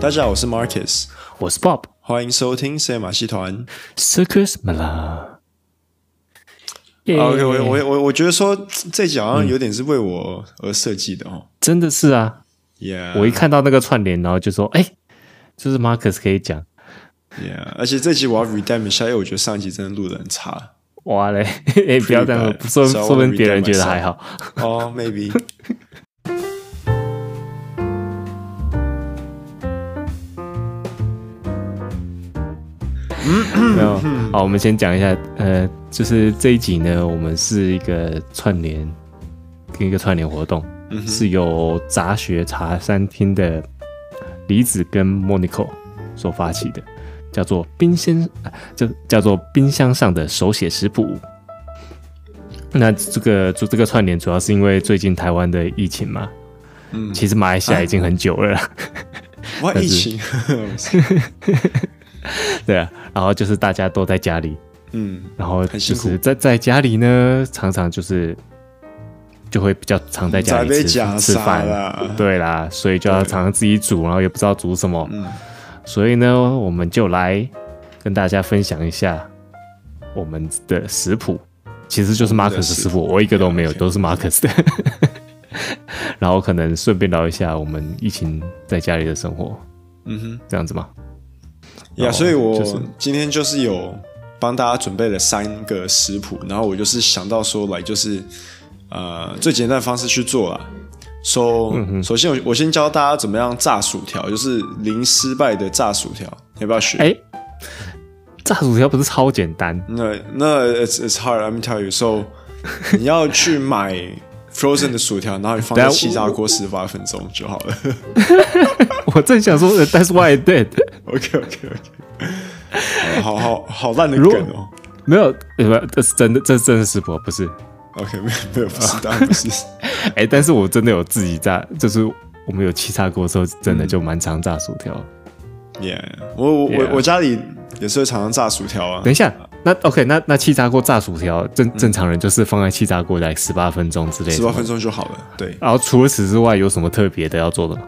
大家好，我是 Marcus，我是 Bob 欢迎收听赛马戏团。 Circus Mala。耶啊 OK，我啊我我我觉得说这集好像有点是为我而设计的哦。真的是啊， Yeah，我一看到那个串联，然后就说，哎、就是 Marcus 可以讲， Yeah，而且这集我要 redeem 一下，因为我觉得上集真的录的很差。哇嘞，哎、不要这样 Pretty bad，说， so I 说不 wanna 定别 redeem 人觉得还好。哦、m a y b e 没有，好，我们先讲一下，呃，就是这一集呢，我们是一个串联，跟一个串联活动，嗯是由杂学茶餐厅的李子跟 Monico 所发起的，叫做冰鲜，呃叫叫做冰箱上的手写食谱。那这个就这个串联，主要是因为最近台湾的疫情嘛，嗯，其实马来西亚已经很久了啦。哇，但是疫情， 对啊，然后就是大家都在家里，嗯，然后很就辛苦是在在家里呢，常常就是就会比较常在家在里被吃夹吃杀饭，了。对啦，所以就要常常自己煮，然后也不知道煮什么，嗯所以呢，我们就来跟大家分享一下我们的食谱，其实就是马克思食谱，我一个都没有，了解都是马克思的。 然后可能顺便聊一下我们疫情在家里的生活，嗯哼。这样子吗？呀、然后所以我就是今天就是有帮大家准备了三个食谱，然后我就是想到说来就是呃最简单的方式去做啦。So，、首嗯先我我先教大家怎么样炸薯条，就是零失败的炸薯条，要不要学？哎、炸薯条不是超简单？那那 it's it's hard. Let me tell you. So，你要去买 frozen 的薯条，然后你放在等下气炸我锅十八分钟就好了。 我正想说呃，That's why I did。 OK OK OK，好哎好好烂的如梗果哦。没有，呃，不，这是真的，这是真的是不，不是。 OK，没有没有，不是，当然不是。哎、但是我真的有自己炸，就是我们有气炸锅的时候，真嗯的就蛮常炸薯条。 Yeah，我我 Yeah 我我家里也是会常常炸薯条啊嗯等。一下，那 OK，那那气炸锅炸薯条，正正常人就是放在气炸锅来十八分钟之类的。十八分。钟就好了。对，然后除了此之外，有什么特别的要做的吗？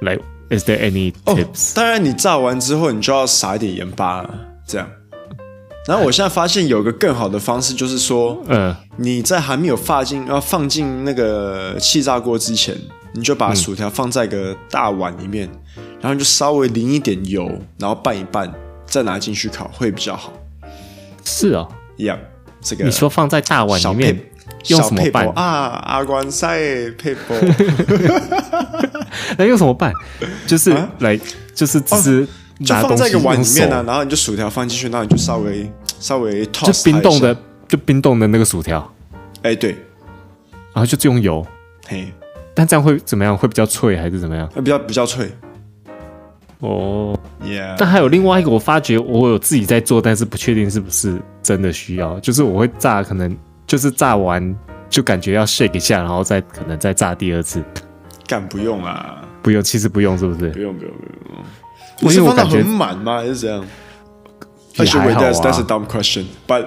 来、i s there any 哦 tips？、当然你炸完之后，你就要撒一点盐巴了，这样。然后我现在发现有个更好的方式，就是说，嗯，你在还没有放进要放进那个气炸锅之前，你就嗯把薯条放在一个大碗里面，然后你就稍微淋一点油，然后拌一拌，再拿进去烤会比较好。是哦， Yeah，这个你说放在大碗小里配面用小什么配拌博？啊？阿关塞配博。那用什么拌？就是来、就是只是啊哦就拿放东在西一个碗用里手面啊，然后你就薯条放进去，然后你就稍微稍微 toss 就它冰一冻下的，，就冰冻的那个薯条，哎、对，然后就只用油，嘿，但这样会怎么样？会比较脆还是怎么样？那比较比较脆哦，但，yeah，还有另外一个，我发觉我有自己在做，但是不确定是不是真的需要，就是我会炸，可能就是炸完就感觉要 shake 一下，然后再可能再炸第二次， 干不用啦，不用，其实不用，是不是不？用不用不用不用，因你是为我放到感觉很满吗？还是怎样也还 wait, 好 that's that's a 啊， dumb question. But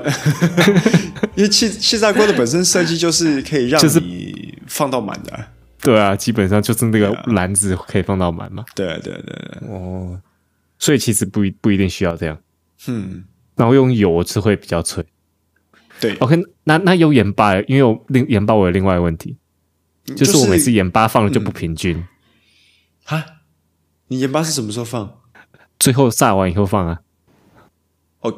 因为气气炸锅的本身设计就是可以让就是你放到满的啊、对啊，基本上就是那个篮子可以放到满嘛，对啊对啊对啊对啊，哦，所以其实不一不一定需要这样，嗯，然后用油是会比较脆。对， OK，那那有盐巴，因为我另盐巴我有另外一个问题，就就是我每次盐巴放的就不平均，啊，你盐巴是什么时候放？最后炸完以后放啊，哦，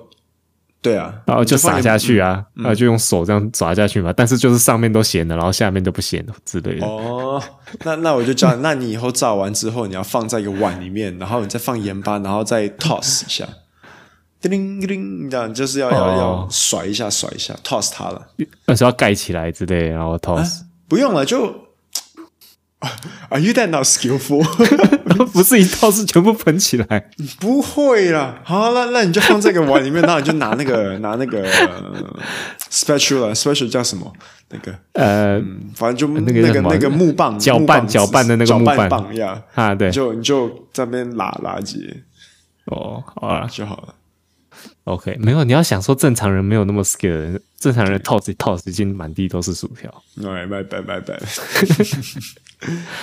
对啊，然后哦就放撒盐下去啊，然后就用手这样撒下去嘛，但是就是上面都咸的，然后下面都不咸的之类的。哦，那那我就教你，那你以后炸完之后，你要放在一个碗里面，然后你再放盐巴，然后再 toss 一下，叮铃叮铃，这样就是要要、哦要甩一下甩一下，toss 它了，而且要盖起来之类的，然后 toss，、不用了，就啊 Are you that not skillful？ 不是一 toss 全部喷起来。不会啦，好，那那你就放这个碗里面，那你就拿那个拿那个 spatula，spatula 叫什么？那个呃，嗯反正就那那个叫个什么那个木棒搅木拌棒子搅拌的那个搅木拌棒棒呀，啊对你，就你就在那边拉拉结哦，好啦就好了。 o k 没有，你要想说正常人没有那么 skill，正常人 toss 一 toss 已经满地都是薯条。 拜拜拜拜拜。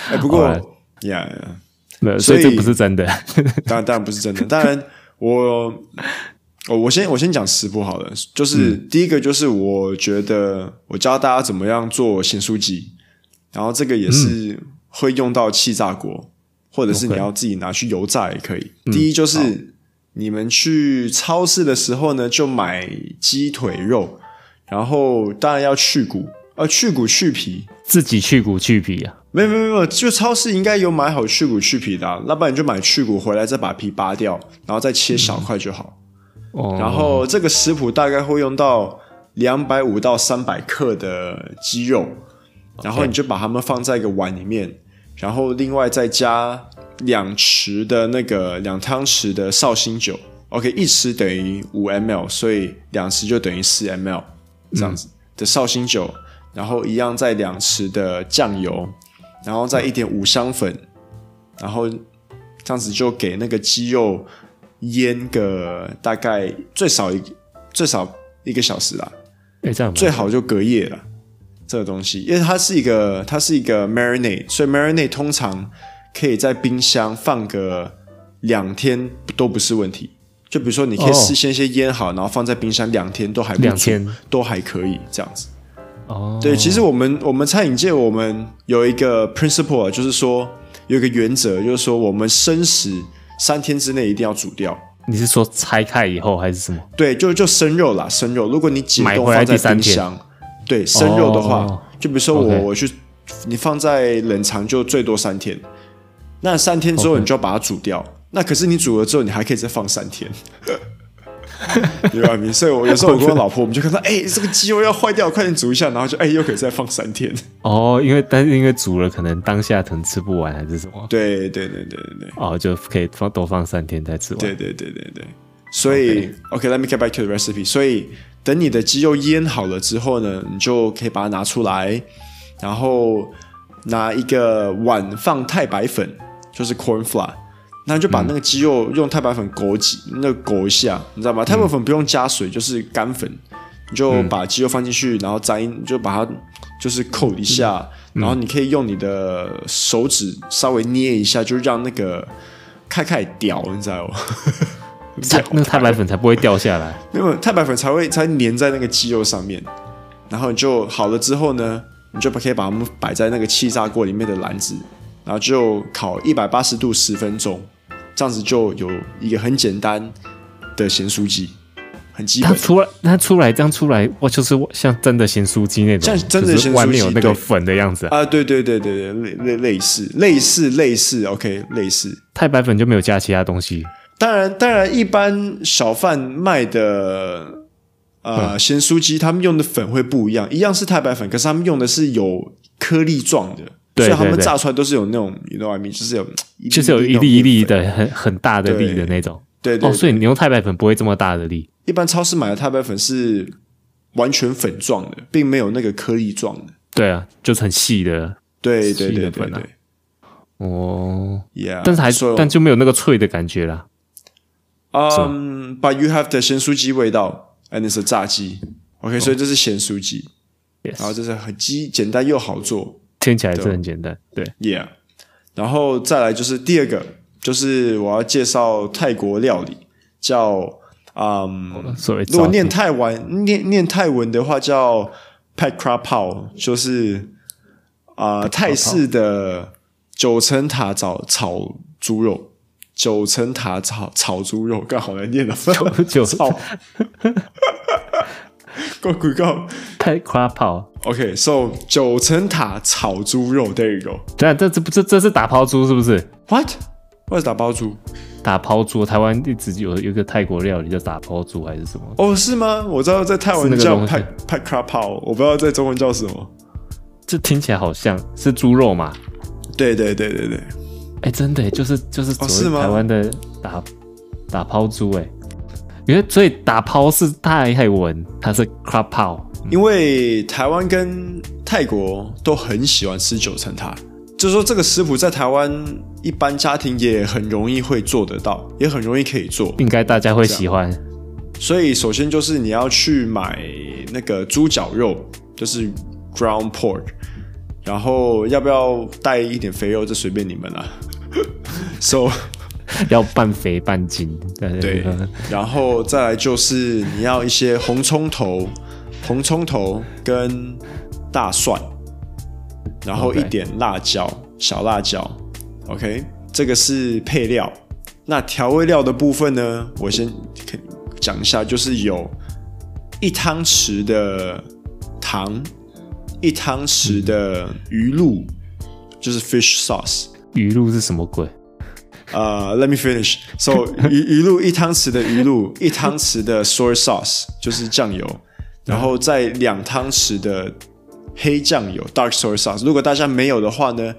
哎，不过好啦呀呀，没有，所以所以这不是真的。 当然，当然不是真的。当然，我我我先我先讲食谱好了，就是、第一个就是我觉得我教大家怎么样做咸酥鸡，然后这个也是会用到气炸锅，或者是你 OK 要自己拿去油炸也可以。第一就是你们去超市的时候呢，就买鸡腿肉，然后当然要去骨，呃，去骨去皮，自己去骨去皮啊，没有没有没有，就超市应该有买好去骨去皮的、啊，要不然你就买去骨回来再把皮拔掉，然后再切小块就好。哦，然后这个食谱大概会用到两百五到三百克的鸡肉，然后你就把它们放在一个碗里面，然后另外再加两匙的那个两汤匙的绍兴酒，OK，一匙等于五 mL，所以两匙就等于四 mL 这样子的绍兴酒，然后一样再两匙的酱油，然后再一点五香粉，然后这样子就给那个鸡肉腌个大概最少一最少一个小时啦，哎这样最好就隔夜了。这个东西，因为它是一个它是一个 marinade，所以 marinade 通常可以在冰箱放个两天都不是问题。就比如说，你可以哦事先先腌好，然后放在冰箱两天都还不两错天都还可以这样子。哦，对，其实我们我们餐饮界我们有一个 principle，啊就是说有一个原则，就是说我们生食三天之内一定要煮掉。你是说拆开以后还是什么？对，就就生肉啦，生肉。如果你解买冻回来放在第三冰天箱，对生肉的话，哦就比如说我 OK 我去，你放在冷藏就最多三天，那三天之后你就要把它煮掉。那可是你煮了之后，你还可以再放三天。 有啊，所以我有时候我跟我老婆，我们就看到，哎、这个鸡肉要坏掉，快点煮一下，然后就哎、又可以再放三天。 哦，因为但是因为煮了，可能当下可能吃不完还是什么，对对对对对对。哦，就可以放多放三天再吃完。对对对对对。所以 OK，let、me get back to the recipe。所以等你的鸡肉腌好了之后呢，你就可以把它拿出来，然后拿一个碗放太白粉，就是 corn flour，那就把那个鸡肉用太白粉裹几，那个裹一下，你知道吗？太白粉不用加水，就是干粉，你就把鸡肉放进去，然后沾一，就把它就是扣一下，然后你可以用你的手指稍微捏一下，就让那个。开开屌，你知道吗？太那个太白粉才不会掉下来。没有太白粉才会才粘在那个鸡肉上面，然后你就好了之后呢，你就可以把它们摆在那个气炸锅里面的篮子，然后就烤一百八十度十分钟，这样子就有一个很简单的咸酥鸡，很基它本。出来，它出来这样出来，哇，就是像真的咸酥鸡那种，像真的就是外面有咸那酥鸡对个粉的样子啊、啊，对对对对对，类类类似类似类似，OK，类似。太白粉就没有加其他东西。当然，当然，一般小贩卖的嗯呃咸酥鸡，他们用的粉会不一样，一样是太白粉，可是他们用的是有颗粒状的，对所以他们对对炸出来都是有那种，你 you know what I mean，就是有一粒就是有一粒一粒，的很很大的粒对的那种。对对哦，所以你用太白粉不会这么大的粒。一般超市买的太白粉是完全粉状的，并没有那个颗粒状的。对啊，就是很细的对对细对对的粉啊对哦， ，Yeah，但是还是 so, 但就没有那个脆的感觉啦。嗯、b u t you have the 咸酥鸡味道，and it's a 炸鸡，OK，、所以这是咸酥鸡，然后哦 Yes，这是很鸡简单又好做，听起来是很简单。对， Yeah，然后再来就是第二个，就是我要介绍泰国料理，叫嗯，所以如果念泰文念念泰文的话叫 p a k r a p a o 就是啊、呃泰式的九层塔炒炒猪肉，九层塔炒炒猪肉，刚好难念了，九炒， 够鬼够太夸炮。 ，OK，so 九层塔炒猪肉，there you go，what 对啊，这这不这这是打抛猪是不是？ what is 打包猪？打抛猪，台湾一直有有一个泰国料理叫打抛猪还是什么？哦，是吗？我知道在泰是文那个叫东西派派卡泡，我不知道在中文叫什么。这听起来好像是猪肉嘛？对对对对对，哎、真的耶就是就是哦是所吗谓台湾的打、打抛猪哎，因为所以打抛是泰文，它是 c r a p 抛。因为台湾跟泰国都很喜欢吃九层塔，就是说这个食谱在台湾一般家庭也很容易会做得到，也很容易可以做。应该大家会喜欢。啊所以首先就是你要去买那个猪脚肉，就是 ground pork，然后要不要带一点肥肉，这随便你们啦、 So 要半肥半精。对对，然后再来就是你要一些红葱头、红葱头跟大蒜，然后一 OK 点辣椒小辣椒。OK，这个是配料。那调味料的部分呢，我先可以讲一下，就是有一汤匙的糖，一汤匙的鱼露，就是 fish sauce。鱼露是什么鬼？呃、l e t me finish。So 鱼鱼露一汤匙的鱼露，一汤匙的 soy sauce 就是酱油，然后再两汤匙的黑酱油 dark soy sauce。如果大家没有的话呢，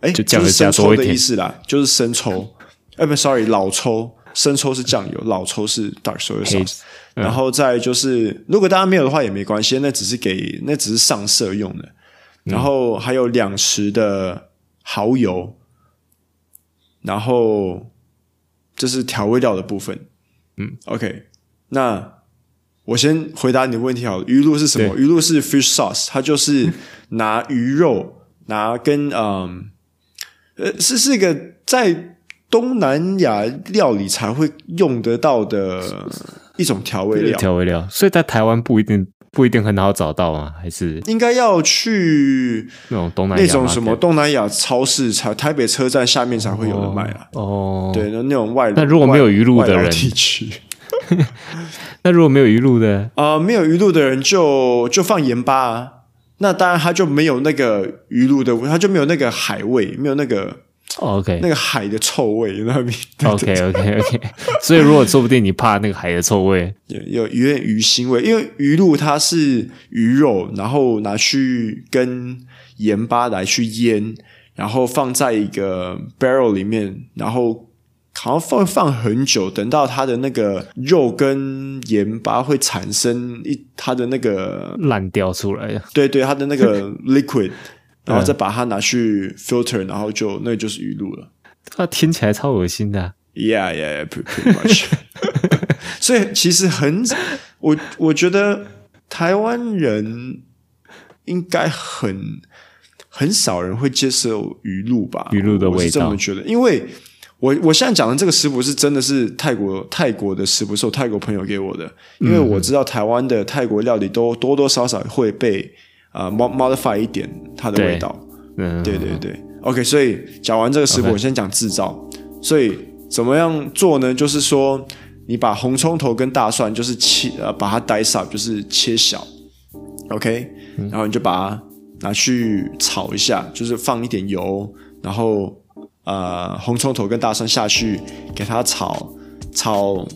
哎，就就酱油是生加抽多一的点意思啦，就是生抽。哎，不，sorry，老抽，生抽是酱油，老抽是 dark soy 黑 sauce。然嗯后再就是，如果大家没有的话也没关系，那只是给那只是上色用的。嗯然后还有两匙的蚝油，然后这是调味料的部分。嗯，OK，那我先回答你的问题好了。鱼露是什么？鱼露是 fish sauce，它嗯就是拿鱼肉，拿跟嗯呃是是一个在东南亚料理才会用得到的一种调味料。调味料，所以在台湾不一定不一定很好找到吗？还是应该要去那种东南亚那种 market？什么东南亚超市才台北车站下面才会有的卖啊。哦？哦，对，那那种外那如果没有鱼露外的外劳人地区那如果没有鱼露的，啊、没有鱼露的人就就放盐巴啊。那当然，他就没有那个鱼露的，他就没有那个海味，没有那个那 OK 个海的臭味，你知道吗？ OK OK OK，所 以如果说不定你怕那个海的臭味，有 有有点鱼腥味，因为鱼露它是鱼肉，然后拿去跟盐巴来去腌，然后放在一个 barrel 里面，然后好像放放很久，等到它的那个肉跟盐巴会产生一它的那个烂掉出来了。对对它的那个 liquid，然后再把它拿去 filter，然后就那就是鱼露了。它听起来超恶心的啊、 Yeah, yeah, yeah, pretty, pretty much. 所以其实很，我我觉得台湾人应该很很少人会接受鱼露吧？鱼露的我是味这道么觉得，因为我我现在讲的这个食谱是真的是泰国泰国的食谱，是我泰国朋友给我的，因为我知道台湾的泰国料理都多多少少会被啊、呃 mod- modify 一点它的味对道。嗯，对对对，OK，所以讲完这个食谱， OK 我先讲制造。所以怎么样做呢？就是说，你把红葱头跟大蒜，就是切呃，把它 dice up，就是切小，OK，、然嗯后你就把它拿去炒一下，就是放一点油，然后呃，红葱头跟大蒜下去，给它炒炒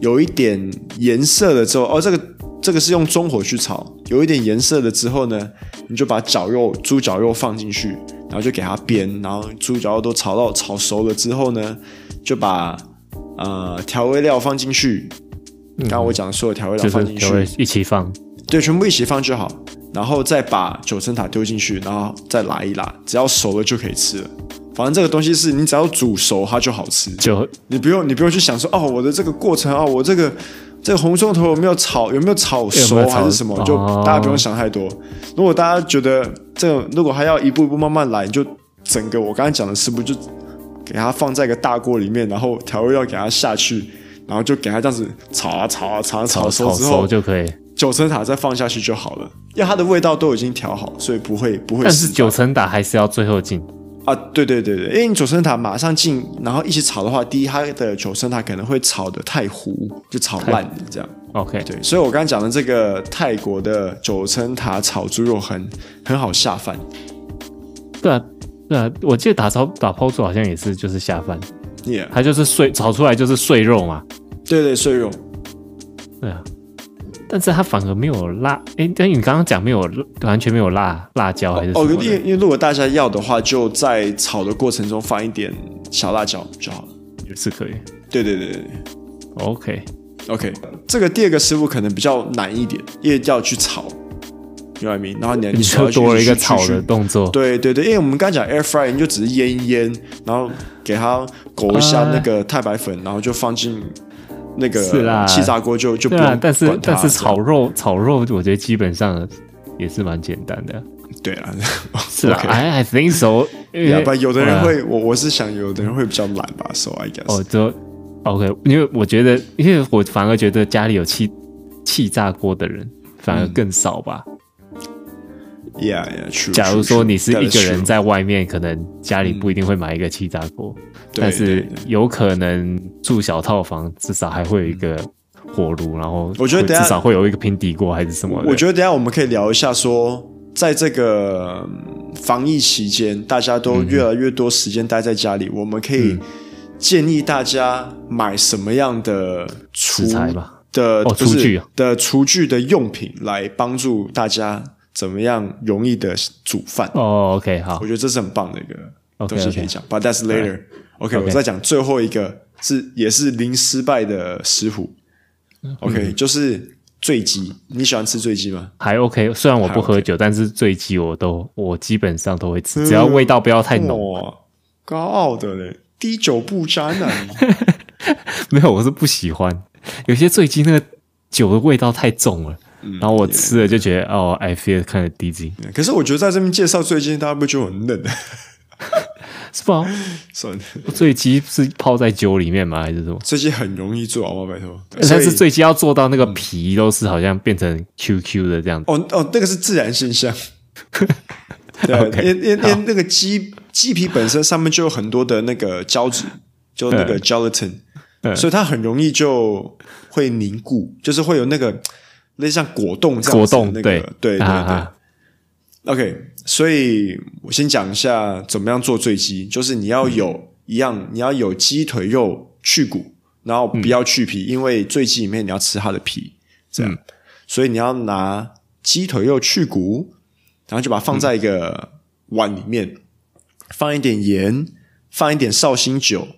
有一点颜色了之后，哦，这个这个是用中火去炒，有一点颜色了之后呢，你就把绞肉猪绞肉放进去，然后就给它煸，然后猪绞肉都炒到炒熟了之后呢，就把呃调味料放进去，刚刚我讲的所有调味料嗯就放是进去，调味一起放，对，全部一起放就好，然后再把九层塔丢进去，然后再拉一拉，只要熟了就可以吃了。反正这个东西是你只要煮熟它就好吃，就你不用你不用去想说哦，我的这个过程哦，我这个这个红葱头有没有炒有没有炒熟有没有炒还是什么，哦就大家不用想太多。如果大家觉得这个如果还要一步一步慢慢来，你就整个我刚才讲的食谱就给它放在一个大锅里面，然后调味料给它下去，然后就给它这样子炒啊炒啊炒啊炒熟炒之后熟就可以。九层塔再放下去就好了，因为它的味道都已经调好，所以不会不会但是死九层塔还是要最后进，啊。对对对对，因为你九层塔马上进，然后一起炒的话，第一它的九层塔可能会炒的太糊，就炒烂了这样。 OK，对，所以我刚刚讲的这个泰国的九层塔炒猪肉很很好下饭，对啊，对啊，我记得打炒打泡醋好像也是就是下饭，耶、它就是碎炒出来就是碎肉嘛，对对碎肉，对啊，但是它反而没有辣，诶，但你刚刚讲没有完全没有辣辣椒还是什哦，么因为的？因为如果大家要的话，就在炒的过程中放一点小辣椒就好了。也是可以。对对对对对。 OK， OK，这个第二个师傅可能比较难一点，因为要去炒，你明白明？然后你你还要就去多了一个去炒去的动作，对对对，因为我们刚刚讲 air fry，你就只是腌一腌，然后给它裹一下啊那个太白粉，然后就放进那个是啦气炸锅就就不对用啊，但是管它但是这样炒肉炒肉，我觉得基本上也是蛮简单的。对啊，是啊 OK ，I I think so 因为。要不然有的人哇会，我我是想有的人会比较懒吧，so I guess。哦，就 OK，因为我觉得，因为我反而觉得家里有气气炸锅的人反而更少吧。 Yeah, yeah, true. 假如 true, 说 true. 你是 That 一 is 个人 true. 在外面，可能家里不一定会买一个气炸锅，对但对是对有可能住小套房，至少还会有一个火炉，然后我觉得会等下至少会有一个平底锅还是什么的。我觉得等一下我们可以聊一下说。在这个嗯防疫期间，大家嗯都越来越多时间待在家里，我们可以建议大家买什么样的厨食材吧的、哦不是厨具啊的厨具的用品，来帮助大家怎么样容易的煮饭。哦，OK，好我，觉得这是很棒的一个 OK，东西可以 OK 讲。But that's later. OK，, OK 我再讲最后一个是也是零失败的食谱。OK，、就是嗯醉鸡。你喜欢吃醉鸡吗？还 OK。虽然我不喝酒，但是醉鸡我都我基本上都会嗯吃，只要味道不要太浓。哇，高傲的嘞，滴酒不沾啊 你！ 没有，我是不喜欢。有些醉鸡那个酒的味道太重了，嗯然后我吃了就觉得哦，I feel kind of dizzy，可是我觉得在这边介绍醉鸡，大家不觉得我很嫩？ 是吧？算了，醉鸡是泡在酒里面吗？还是什么？醉鸡很容易做，好不好？拜托。但是所以嗯醉鸡要做到那个皮都是好像变成 QQ 的这样子。哦哦，那个是自然现 象。对啊， OK，因因因为那个鸡鸡皮本身上面就有很多的那个胶质，就那个 gelatin，、嗯所以它很容易就会凝固，就是会有那个类哦似像果冻这样果子的冻那个，对对对。啊啊 OK，所以我先讲一下怎么样做醉鸡，就是你要有、嗯一样，你要有鸡腿肉去骨，然后嗯不要去皮，因为醉鸡里面你要吃它的皮，这嗯样，所以你要拿鸡腿肉去骨，然后就把它放在一个碗里面，放一点盐，放一点绍兴酒，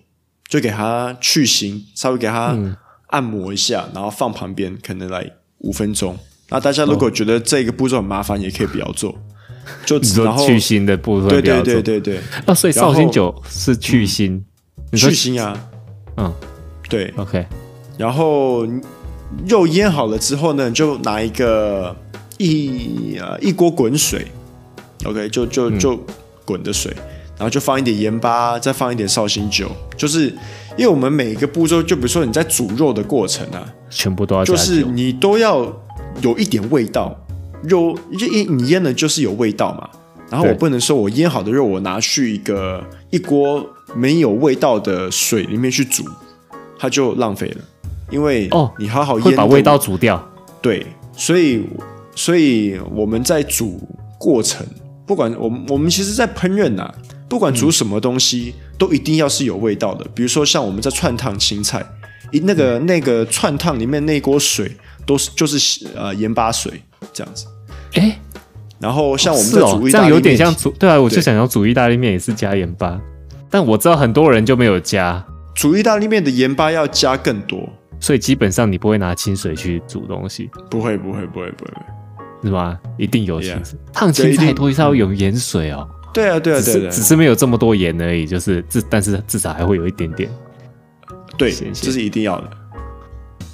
就给它去腥，稍微给嗯它按摩一下，然后放旁边，可能来五分钟。那大哦家如果觉得这个步骤很麻烦，也可以不要做，就你只然说后去腥的部分对不要对做，对对对，啊，所以然后嗯绍兴酒是去腥。你去说腥啊，嗯对， ，OK，然后肉腌好了之后呢，你就拿一个一呃一锅滚水，OK，就就就滚的水，然后就放一点盐巴，再放一点绍兴酒，就是因为我们每一个步骤，就比如说你在煮肉的过程啊，全部都要加就酒。是你都要有一点味道，肉就一你腌的就是有味道嘛。然后我对不能说我腌好的肉，我拿去一个一锅没有味道的水里面去煮，它就浪费了。因为哦你好好腌会的把味道煮掉。对，所以所以我们在煮过程，不管我们我们其实，在烹饪呐、不管煮什么东西，都一定要是有味道的。比如说像我们在串烫青菜，一那个嗯那个串烫里面那锅水都是就是呃盐巴水这样子。哎，然后像我们是在哦煮，意这大样利有面，点像煮，对啊，我对就想要煮意大利面也是加盐巴，但我知道很多人就没有加，煮意大利面的盐巴要加更多，所以基本上你不会拿清水去煮东西，不会不会不会不会。不会是吗？一定有清 Yeah 水，烫对青一定菜都是要有盐水哦，对啊对啊对啊只对是啊只是没有这么多盐而已，就是至但是至少还会有一点点对，谢谢这是一定要的。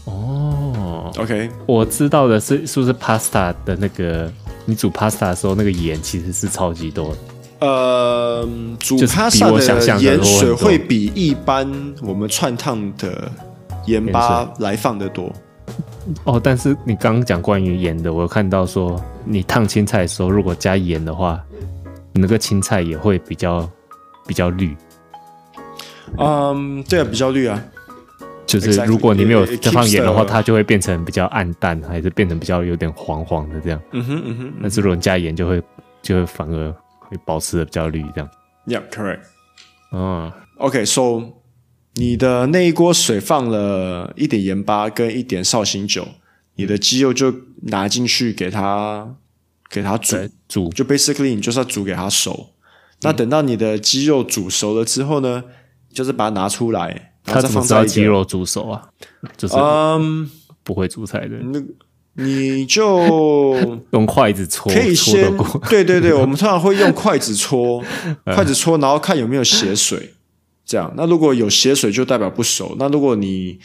哦。 OK，我知道的是，是不是 pasta 的那个你煮 pasta 的时候，那个盐其实是超级多的，呃，煮就是帕比萨我想象的盐多很水多会比一般我们串烫的盐巴来放的多。哦，但是你刚刚讲关于盐的，我有看到说，你烫青菜的时候，如果加盐的话，你那个青菜也会比较比较绿。嗯，对啊，比较绿啊。就是 Exactly，如果你没有 it- it 再放盐的话， keeps the- 它就会变成比较暗淡，还是变成比较有点黄黄的这样。嗯哼，嗯哼但是如果你加盐，就会就会反而会保持的比较绿这样。 ，Yeah, correct. 哦嗯， OK，so、你的那一锅水放了一点盐巴跟一点绍兴酒，你的鸡肉就拿进去给它给它煮，对，煮就 basically 你就是要煮给它熟。那等到你的鸡肉煮熟了之后呢，就是把它拿出来，然它后再怎么放知在道一鸡个肉煮熟啊？就是嗯。不会煮菜的，那个你就用筷子戳可以戳 得先过。哎对对对，我们通常会用筷子 搓，筷子搓，然后看有没有血水。这样，那如果有血水，就代表不熟。那如果你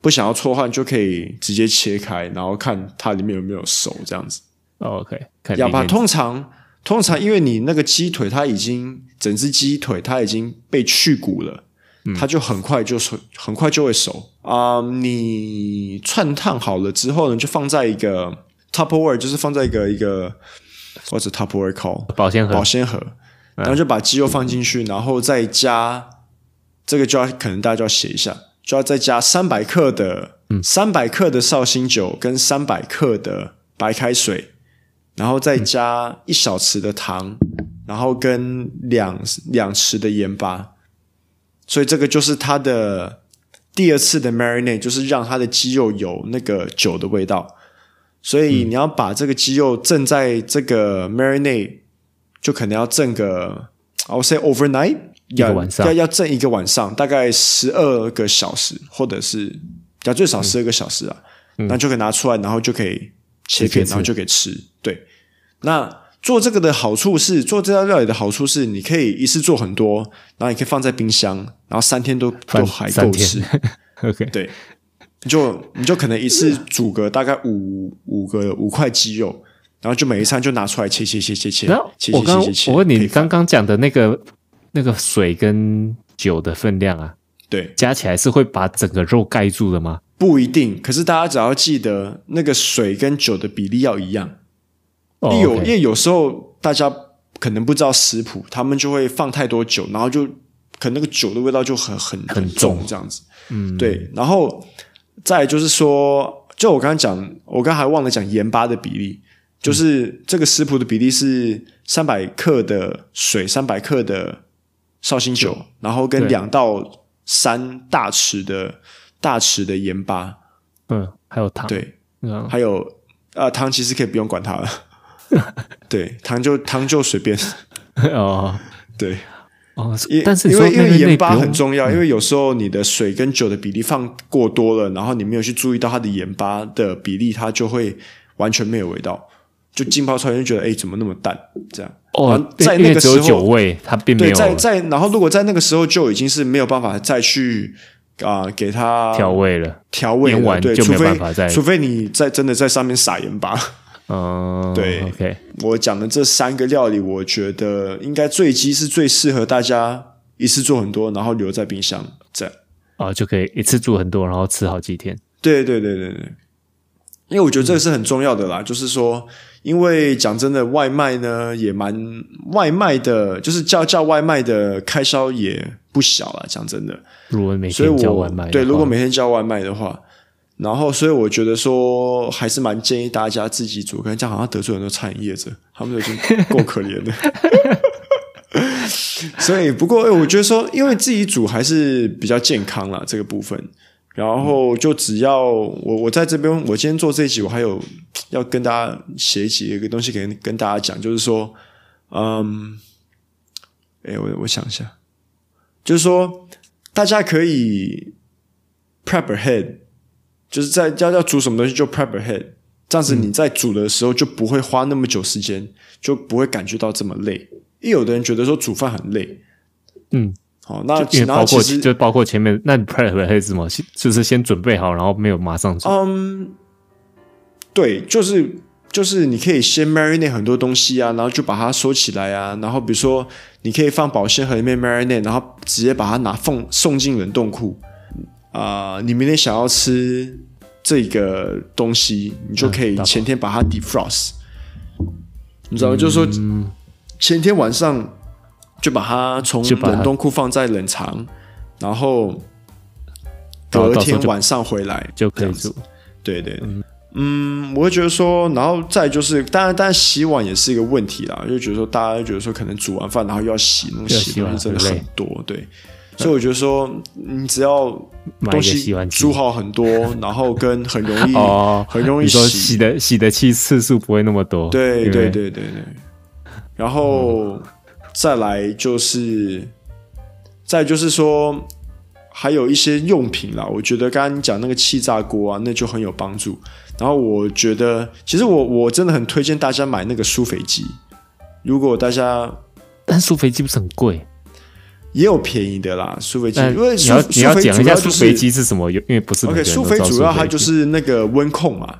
不想要搓的话，你就可以直接切开，然后看它里面有没有熟，这样子。哦 OK，看要你吧，先通常通常因为你那个鸡腿它已经整只鸡腿它已经被去骨了，它就很快就熟，很快就会熟啊、你串烫好了之后呢，就放在一个 Tupperware，就是放在一个一个 what's a Tupperware called 保鲜盒保，鲜盒，然后就把鸡肉放进去，然后再加这个就要可能大家就要写一下，就要再加三百克的三百、克的绍兴酒跟三百克的白开水，然后再加一小匙的糖，然后跟两两匙的盐巴，所以这个就是它的第二次的 marinade，就是让它的鸡肉有那个酒的味道。所以你要把这个鸡肉浸在这个 marinade 就可能要挣个，I would say overnight，个要晚上要要挣一个晚上，大概十二个小时，或者是要最少十二个小时啊，那就可以拿出来，然后就可以切直接片，吃然后就可以吃。对，那做这个的好处是，做这道料理的好处是，你可以一次做很多，然后你可以放在冰箱，然后三天都放都还三够天吃。 OK，对，你就你就可能一次煮个大概五五个五块鸡肉，然后就每一餐就拿出来切切切切切然后切我切刚切切切。我问可你以放刚刚讲的那个那个水跟酒的分量啊，对加起来是会把整个肉盖住的吗？不一定，可是大家只要记得那个水跟酒的比例要一样，哦因为有 OK 因为有时候大家可能不知道食谱，他们就会放太多酒，然后就可能那个酒的味道就很很很重重这样子。嗯，对，然后再来就是说，就我刚刚讲，我刚才还忘了讲盐巴的比例，就是这个食谱的比例是三百克的水，三百克的绍兴酒，然后跟对两到三大匙的大匙的盐巴，嗯，还有糖，对，嗯，还有呃糖其实可以不用管它 了，对，糖就糖就随便，哦对，哦因，但是你因说为因为那个盐内巴不用嗯很重要，因为有时候你的水跟酒的比例放过多了，然后你没有去注意到它的盐巴的比例，它就会完全没有味道，就浸泡出来就觉得哎、诶怎么那么淡这样。然哦后，对在因那为个只时有酒候，味，它并没对，有在在然后如果在那个时候就已经是没有办法再去啊、给它调味了，调味腌了，完对，就除没有非办法再除非你在真的在上面撒盐巴。嗯，对，OK，我讲的这三个料理，我觉得应该醉鸡是最适合大家一次做很多，然后留在冰箱这样。哦，就可以一次煮很多，然后吃好几天，对对对对对，因为我觉得这个是很重要的啦，就是说，因为讲真的，外卖呢也蛮外卖的，就是叫叫外卖的开销也不小啦，讲真的，如果每所以天叫我外卖的话，对如果每天叫外卖的话。然后，所以我觉得说，还是蛮建议大家自己煮，跟这样好像得罪很多餐饮业者，他们都已经够可怜 了。所以，不过、欸我觉得说，因为自己煮还是比较健康啦，这个部分。然后就只要我我在这边，我今天做这一集，我还有要跟大家写一集有一个东西给跟大家讲，就是说，嗯，哎、我我想一下，就是说大家可以 prep ahead，就是在要要煮什么东西就 prep ahead，这样子你在煮的时候就不会花那么久时间，就不会感觉到这么累。因为有的人觉得说煮饭很累，嗯，好、那因为然后包其括实就包括前面那你 prep 还是什么，就是先准备好，然后没有马上煮，嗯，对，就是就是你可以先 marinate 很多东西啊，然后就把它收起来啊，然后比如说你可以放保鲜盒里面 marinate，然后直接把它拿放送进冷冻库啊、你明天想要吃这个东西，你就可以嗯前天把它 defrost，、你知道吗？就是说嗯前天晚上就把它从就把它冷冻库放在冷藏，然后然后隔到时候天就晚上回来就可这以样子煮，对对，对嗯，我会觉得说，然后再就是，当然，当然洗碗也是一个问题啦，就觉得说，大家就觉得说，可能煮完饭然后又要洗，那个要洗洗东碗西真的很很累多，对。所以我觉得说，你只要买一东个西洗碗机煮好很多，然后跟很容易， 哦，很容易你说洗洗的洗的气次数不会那么多，对因对为，对对对，然后再来就是，再就是说，还有一些用品啦，我觉得刚刚你讲那个气炸锅啊，那就很有帮助。然后我觉得，其实我我真的很推荐大家买那个苏肥鸡，如果大家但苏肥鸡不是很贵，也有便宜的啦，苏肥鸡，但因为你苏要苏你要肥讲主一下要苏就是肥鸡是什么，因为不是每 OK，个人苏都菲知道主要它肥鸡就是那个温控嘛，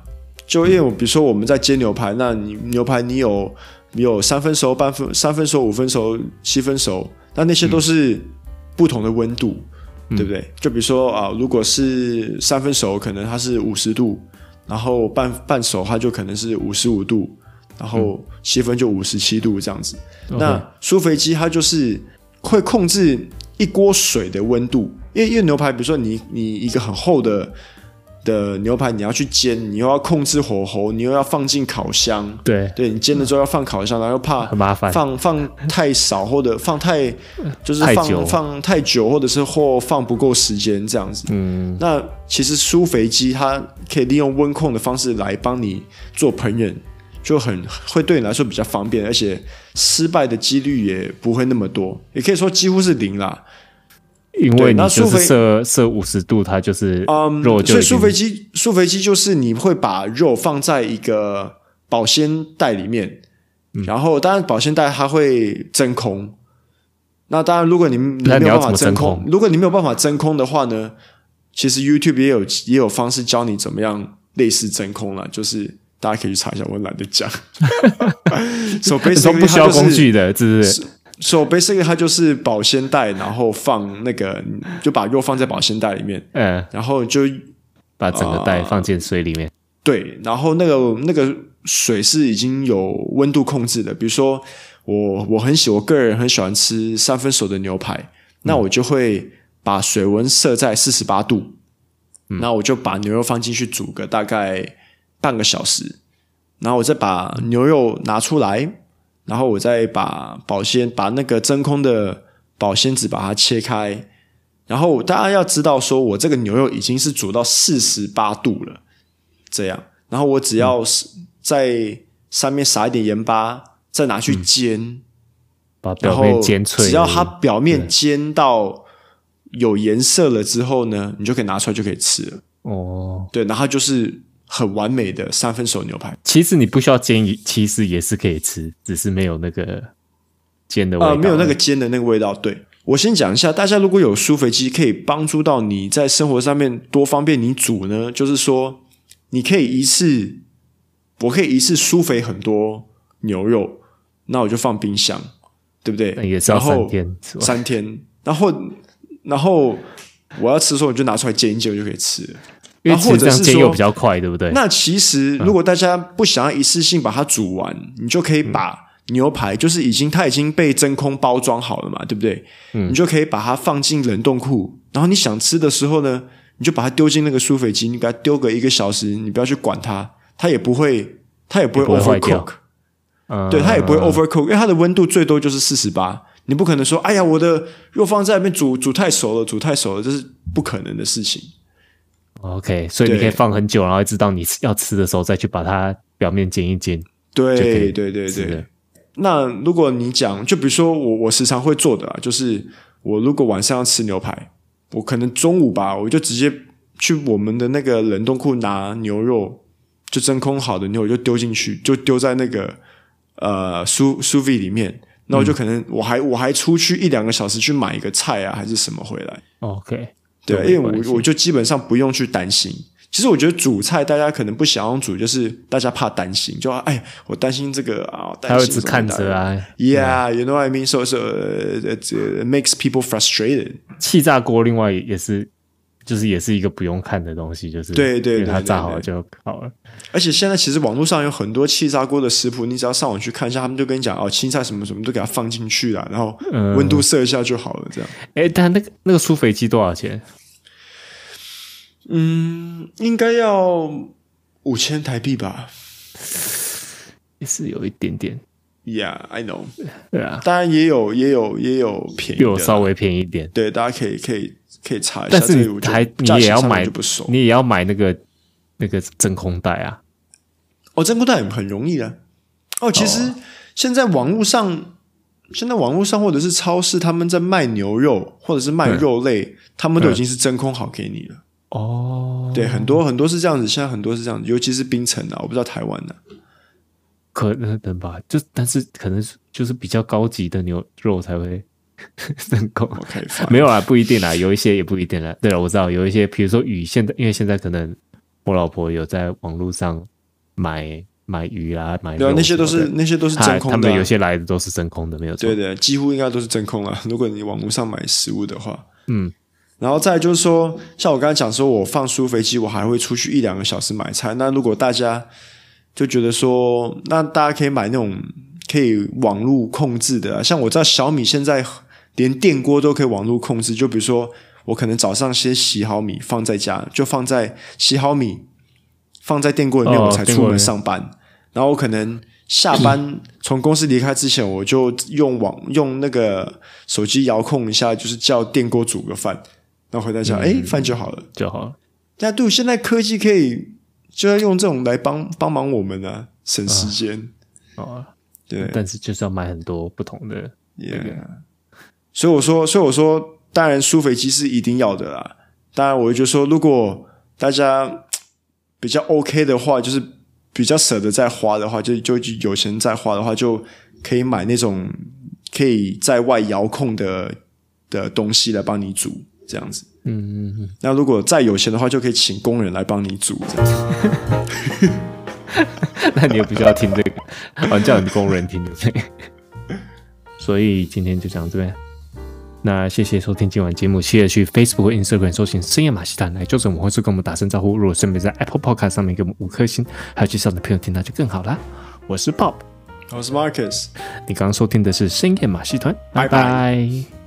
就因为我比如说我们在煎牛排，那你牛排你有有三分熟、半分、三分熟、五分熟、七分熟，那那些都是不同的温度，嗯对不对？就比如说啊，如果是三分熟，可能它是五十度，然后半半熟它就可能是五十五度，然后七分就五十七度这样子。那苏肥鸡它就是会控制一锅水的温度，因为因为牛排，比如说你你一个很厚的。的牛排你要去煎，你又要控制火候，你又要放进烤箱，对，对你煎了之后要放烤箱，然后又怕很麻烦。放放太少或者 放太就是太久放放太久，或者是或放不够时间这样子。嗯，那其实苏肥鸡它可以利用温控的方式来帮你做烹饪，就很会对你来说比较方便，而且失败的几率也不会那么多，也可以说几乎是零啦。因对为你那就苏是菲设设五十度，它就是嗯，肉所以就已苏经肥鸡苏肥鸡就是你会把肉放在一个保鲜袋里面，嗯然后当然保鲜袋它会真空。那当然，如果你你那没你有要办法怎么真真空，空如果你没有办法真空的话呢，其实 YouTube 也有也有方式教你怎么样类似真空了，就是大家可以去查一下，我懒得 讲。so 你说 basically，不需要它就是工具的，是不是？ So basically，它就是保鲜袋，然后放那个就把肉放在保鲜袋里面，嗯，然后就把整个啊袋放进水里面。对，然后那个那个水是已经有温度控制的，比如说我我很喜我个人很喜欢吃三分熟的牛排，那我就会把水温设在四十八度，那我就把牛肉放进去煮个大概半个小时，然后我再把牛肉拿出来，然后我再把保鲜把那个真空的保鲜纸把它切开，然后大家要知道说我这个牛肉已经是煮到四十八度了。这样，然后我只要是嗯在上面撒一点盐巴，再拿去煎，把然嗯表面后煎脆，只要它表面煎到有颜色了之后呢，你就可以拿出来就可以吃了。哦，对，然后它就是很完美的三分熟牛排。其实你不需要煎，其实也是可以吃，只是没有那个煎的味道，呃，没有那个煎的那个味道。对我先讲一下，大家如果有苏肥鸡，可以帮助到你在生活上面多方便你煮呢，就是说你可以一次，我可以一次苏肥很多牛肉，那我就放冰箱，对不对？那也是要然后三天是吧？三天，然后然后我要吃的时候，我就拿出来煎一煎，我就可以吃了。因为其或实者这样是煎说又比较快，对不对？那其实如果大家不想要一次性把它煮完，你就可以嗯把牛排，就是已经它已经被真空包装好了嘛，对不对？嗯你就可以把它放进冷冻库，然后你想吃的时候呢，你就把它丢进那个苏肥机，你给它丢个一个小时，你不要去管它，它也不会，它也不也不会会坏掉 overcook，对，它也不会嗯 overcook，因为它的温度最多就是四十八。你不可能说，哎呀，我的肉放在那边煮煮太熟了，煮太熟了，这是不可能的事情。 OK，所以你对可以放很久，然后一直到你吃要吃的时候再去把它表面煎一煎。就可对以对对是对的，那如果你讲，就比如说我我时常会做的啊，就是我如果晚上要吃牛排，我可能中午吧，我就直接去我们的那个冷冻库拿牛肉，就真空好的牛肉就丢进去，就丢在那个呃苏苏 V 里面。那我就可能我嗯还我还出去一两个小时去买一个菜啊，还是什么回来。 OK，对啊，都因没为关系我我就基本上不用去担心。其实我觉得煮菜大家可能不想要煮，就是大家怕担心，就啊哎，我担心这个啊，担他会心一直什么看的着啊。 Yeah, you know what I mean. So, so uh, it, uh, makes people frustrated. 气炸锅另外也是，就是也是一个不用看的东西，就是对对因为它对对炸好对就好了。而且现在其实网络上有很多气炸锅的食谱，你只要上网去看一下，他们就跟你讲哦，青菜什么什么都给它放进去了，然后嗯温度设一下就好了，这样。哎，但那个那个苏肥鸡多少钱？嗯，应该要五千台币吧是有一点点， ？Yeah, I know. 对啊，当然也有也有也有便宜比我的，稍微便宜一点。对，啊大家可以可以可以查一下。但是这个我你就还你价也钱要上面买就不熟，你也要买那个那个真空袋啊。哦，真空袋很很容易啊。哦，其实现在网络上，现在网络上或者是超市，他们在卖牛肉或者是卖肉类，他们都已经是真空好给你了。哦，对，很多很多是这样子，现在很多是这样子，尤其是冰城啊，我不知道台湾的、可能吧，就但是可能是就是比较高级的牛肉才会 真空。 OK，fine 没有啊啦，不一定啦，有一些也不一定啦。啊对了，我知道有一些，比如说鱼，现在因为现在可能我老婆有在网络上买买鱼啦，买对啊肉，那些都什么是的那些都是他真空的啊、他们有些来的都是真空的，没有错。对的，几乎应该都是真空了。如 果你网络上买食物的话，嗯，然后再来就是说，像我刚才讲说，我放苏肥鸡，我还会出去一两个小时买菜。那如果大家就觉得说，那大家可以买那种可以网络控制的啊、像我知道小米现在连电锅都可以网络控制，就比如说我可能早上先洗好米放在家，就放在洗好米放在电锅里面，哦我才电出锅里门面上班。然后我可能下班从公司离开之前，我就用网用那个手机遥控一下，就是叫电锅煮个饭，然后回到嗯家，哎、饭就好了。就好了。那对，现在科技可以就要用这种来帮帮忙我们啊，省时间。哦，对，但是就是要买很多不同的， Yeah 所以我说，所以我说，当然苏肥鸡是一定要的啦。当然，我就说，如果大家嘖比较 OK 的话，就是比较舍得再花的话，就就就有钱再花的话，就可以买那种可以在外遥控的的东西来帮你煮，这样子。嗯，嗯嗯那如果再有钱的话，就可以请工人来帮你煮，这样子。 那你也不需要听这个，哦，叫你工人听就对。 所以今天就讲这边。那谢谢收听今晚节目，记得去 Facebook 或 Instagram 搜寻“深夜马戏团”来纠正我们，或是跟我们打声招呼。如果顺便在 Apple Podcast 上面给我们五颗星，还有介绍的朋友听到就更好啦。我是 Bob，我是 Marcus。你刚刚收听的是《深夜马戏团》，拜拜拜